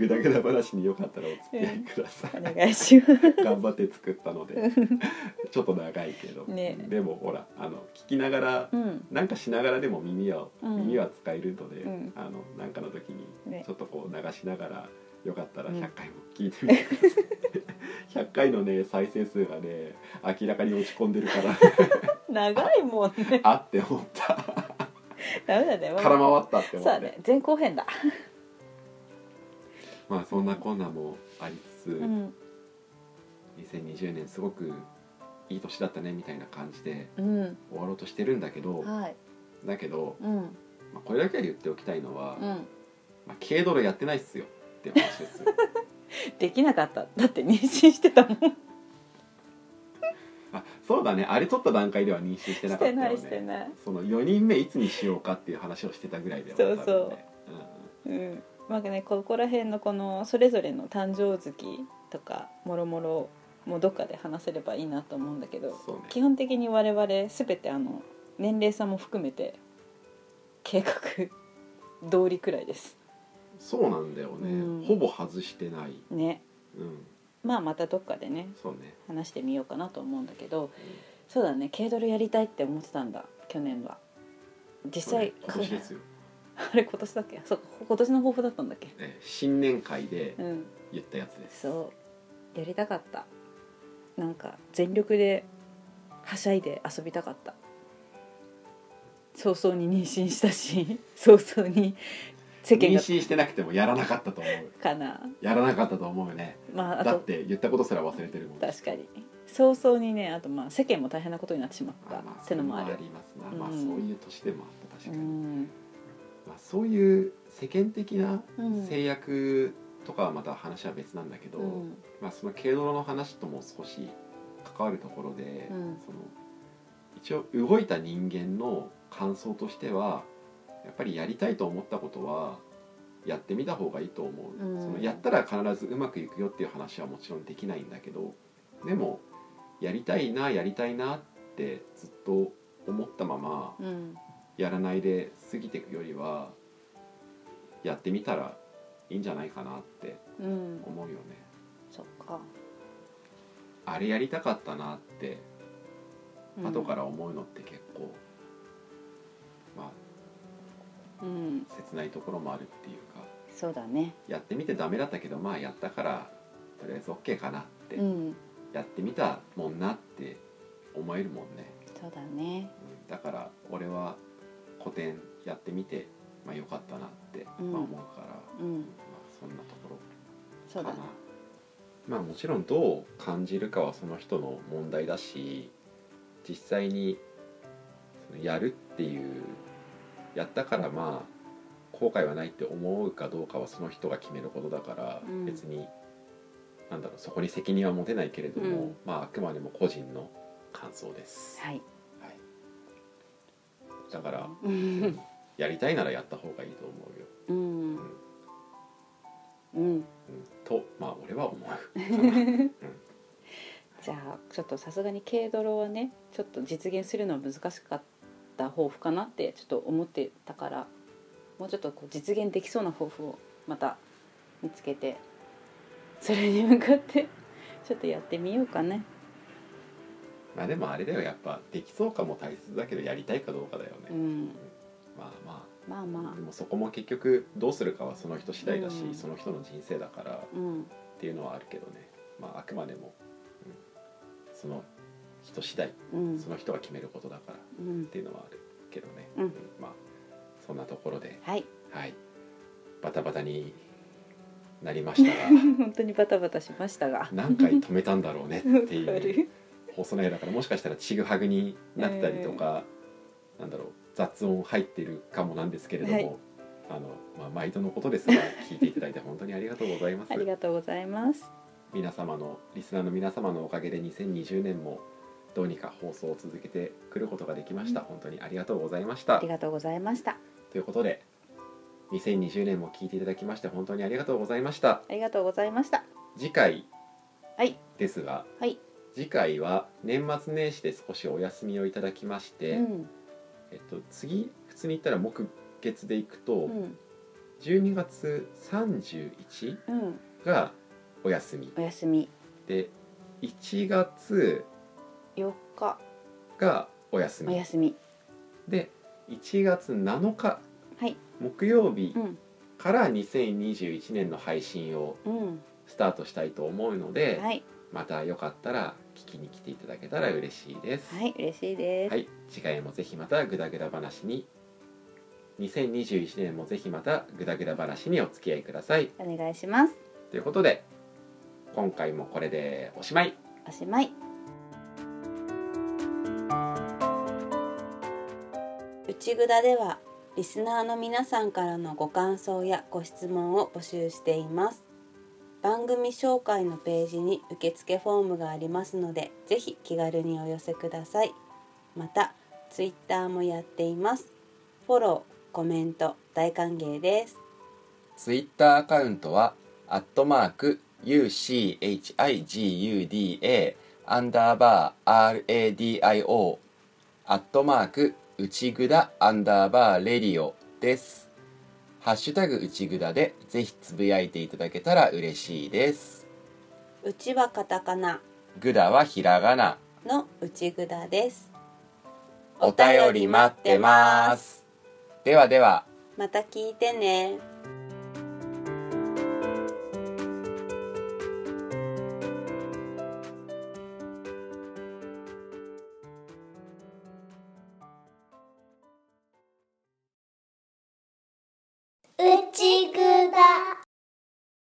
ぐだぐだ話によかったらお付き合いください、
お願いします。
頑張って作った のでちょっと長いけど、
ね
でもほらあの聞きながら
うん。
なんかしながらでも耳は、
うん
耳は使えるので、
うん
あのなんかの時に
ね
ちょっとこう流しながらよかったら
うん
100回も聞いてみてく ださい、100回のね再生数がね明らかに落ち込んでるから
長いもんね。
あって思った
ダメだね。
空回ったっ
そ
て
う
思っ
だ
て、
ね。前後編だ。
まあそんなこんなもありつつ、
うん。
2020年すごくいい年だったねみたいな感じで
うん。
終わろうとしてるんだけど
はい。
だけど、
うん。
まあ、これだけは言っておきたいのは、
うん。
まあ、軽度でやってないっすよって話ですよ
できなかった。だって妊娠してたもん。
あそうだねあれ撮った段階では妊娠してな
し
かってた
ない
よ
して
ね
ない。
その4人目いつにしようかっていう話をしてたぐらいで
そうそう
うん
うん、まあねここら辺のこのそれぞれの誕生月とかもろもろもどっかで話せればいいなと思うんだけど、
そうね
基本的に我々すべてあの年齢差も含めて計画通りくらいです
そうなんだよね、
うん
ほぼ外してない、
ね
うん、
まあまたどっかでね
そうね
話してみようかなと思うんだけど、そうだね軽ドルやりたいって思ってたんだ去年は実際、
今年ですよ、
あれ今年だっけそう今年の抱負だったんだっけ
ええ新年会で
うん
言ったやつです、
そうやりたかったなんか全力ではしゃいで遊びたかった 早々に妊娠したし早々に世
妊
間が
娠してなくてもやらなかったと思う
かな
やらなかったと思うよね
まああ
だっ
と
て言ったことすら忘れてるもん
確かに早々にねあとまあ世間も大変なことになってしまっ
あ
た
まあ
ってのもあ
それ
る
ありますな、
うん
まあそういう年でもあった確
う
かに、
ん
まあ、そういう世間的な
うん
制約とかはまた話は別なんだけど、
うん
まあ、その軽泥の話とも少し関わるところで、
うん
その一応動いた人間の感想としてはやっぱりやりたいと思ったことはやってみた方がいいと思う、
うん
そのやったら必ずうまくいくよっていう話はもちろんできないんだけどでもやりたいなやりたいなってずっと思ったまま
うん
やらないで過ぎていくよりはやってみたらいいんじゃないかなって
うん
思うよね。
そっか
あれやりたかったなって
うん
後から思うのって結構、ま
うん
あ切ないところもあるっていうか
そうだね
やってみてダメだったけどまあやったからとりあえず OK かなって、
うん
やってみたもんなって思えるもんね、
そうだね
うんだから俺は古典やってみて、まあ、よかったなって、
うん
まあ、思うから、
うん
まあ、そんなところ
そう
か
だ
な
ね。
まあもちろんどう感じるかはその人の問題だし実際にそのやるっていうやったからまあ後悔はないって思うかどうかはその人が決めることだから、
うん
別になんだろうそこに責任は持てないけれども、
うん
まああくまでも個人の感想です、
はい
はい、だから
うん
やりたいならやった方がいいと思うよ、
うんうん
うん、とまあ俺は思う
じゃあちょっとさすがに軽泥はねちょっと実現するのは難しかった抱負かなってちょっと思ってたからもうちょっとこう実現できそうな抱負をまた見つけてそれに向かって ちょっとやってみようかね。
まあでもあれだよやっぱできそうかも大切だけどやりたいかどうかだよね、
うん、
まあまあ
まあま
でもそこも結局どうするかはその人次第だし、
うん
その人の人生だから
あ、うん、
っていうのはあるけどね、まあ、あくまでも、うんその人次第
うん
そ、の人が決めることだからっ
うん、
ていうのはあるけどね、
うん
まあそんなところで
はい、
はいバタバタになりましたが
本当にバタバタしましたが、
何回止めたんだろうねって
わか
いう
る
放送内容だからもしかしたらちぐはぐになったりとか、なんだろう雑音入ってるかもなんですけれども、
はい
あのまあ、毎度のことですが聞いていただいて本当にありがとうございま す
ありがとうございます。
皆様のリスナーの皆様のおかげで2020年もどうにか放送を続けてくることができました、本当にありがとうございました
ありがとうございました。
ということで2020年も聞いていただきまして本当にありがとうございました
ありがとうございました。
次回
はい、
ですが
はい、
次回は年末年始で少しお休みをいただきまし
う
て、
ん、
えっと、次普通に言ったら木月でいくと、
うん、
12月31
うん、
がお休み
お休み
で1月
4日
がお休
お
み
休み。
で1月7日
はい、
木曜日
うん、
から2021年の配信を
うん、
スタートしたいと思うので、
はい、
またよかったら聞きに来ていただけたら嬉しいです。
はい、嬉しいです。
はい、次回もぜひまたグダグダ話に2021年もぜひまたグダグダ話にお付き合いください
お願いします。
ということで今回もこれでおしまい
おしまい。内ぐだでは、リスナーの皆さんからのご感想やご質問を募集しています。番組紹介のページに受付フォームがありますので、ぜひ気軽にお寄せください。また、ツイッターもやっています。フォロー、コメント、大歓迎です。
ツイッターアカウントは、アットマーク、UCHIGUDA、アンダーバー、RADIO、アットマーク、内ぐだ、アンダーバー、レディオです。ハッシュタグ、内ぐだで、ぜひつぶやいていただけたら嬉しいです。
うちはカタカナ
ぐだはひらがな。
の内ぐだです。
お便り待ってます。ではでは。
また聞いてね。
う口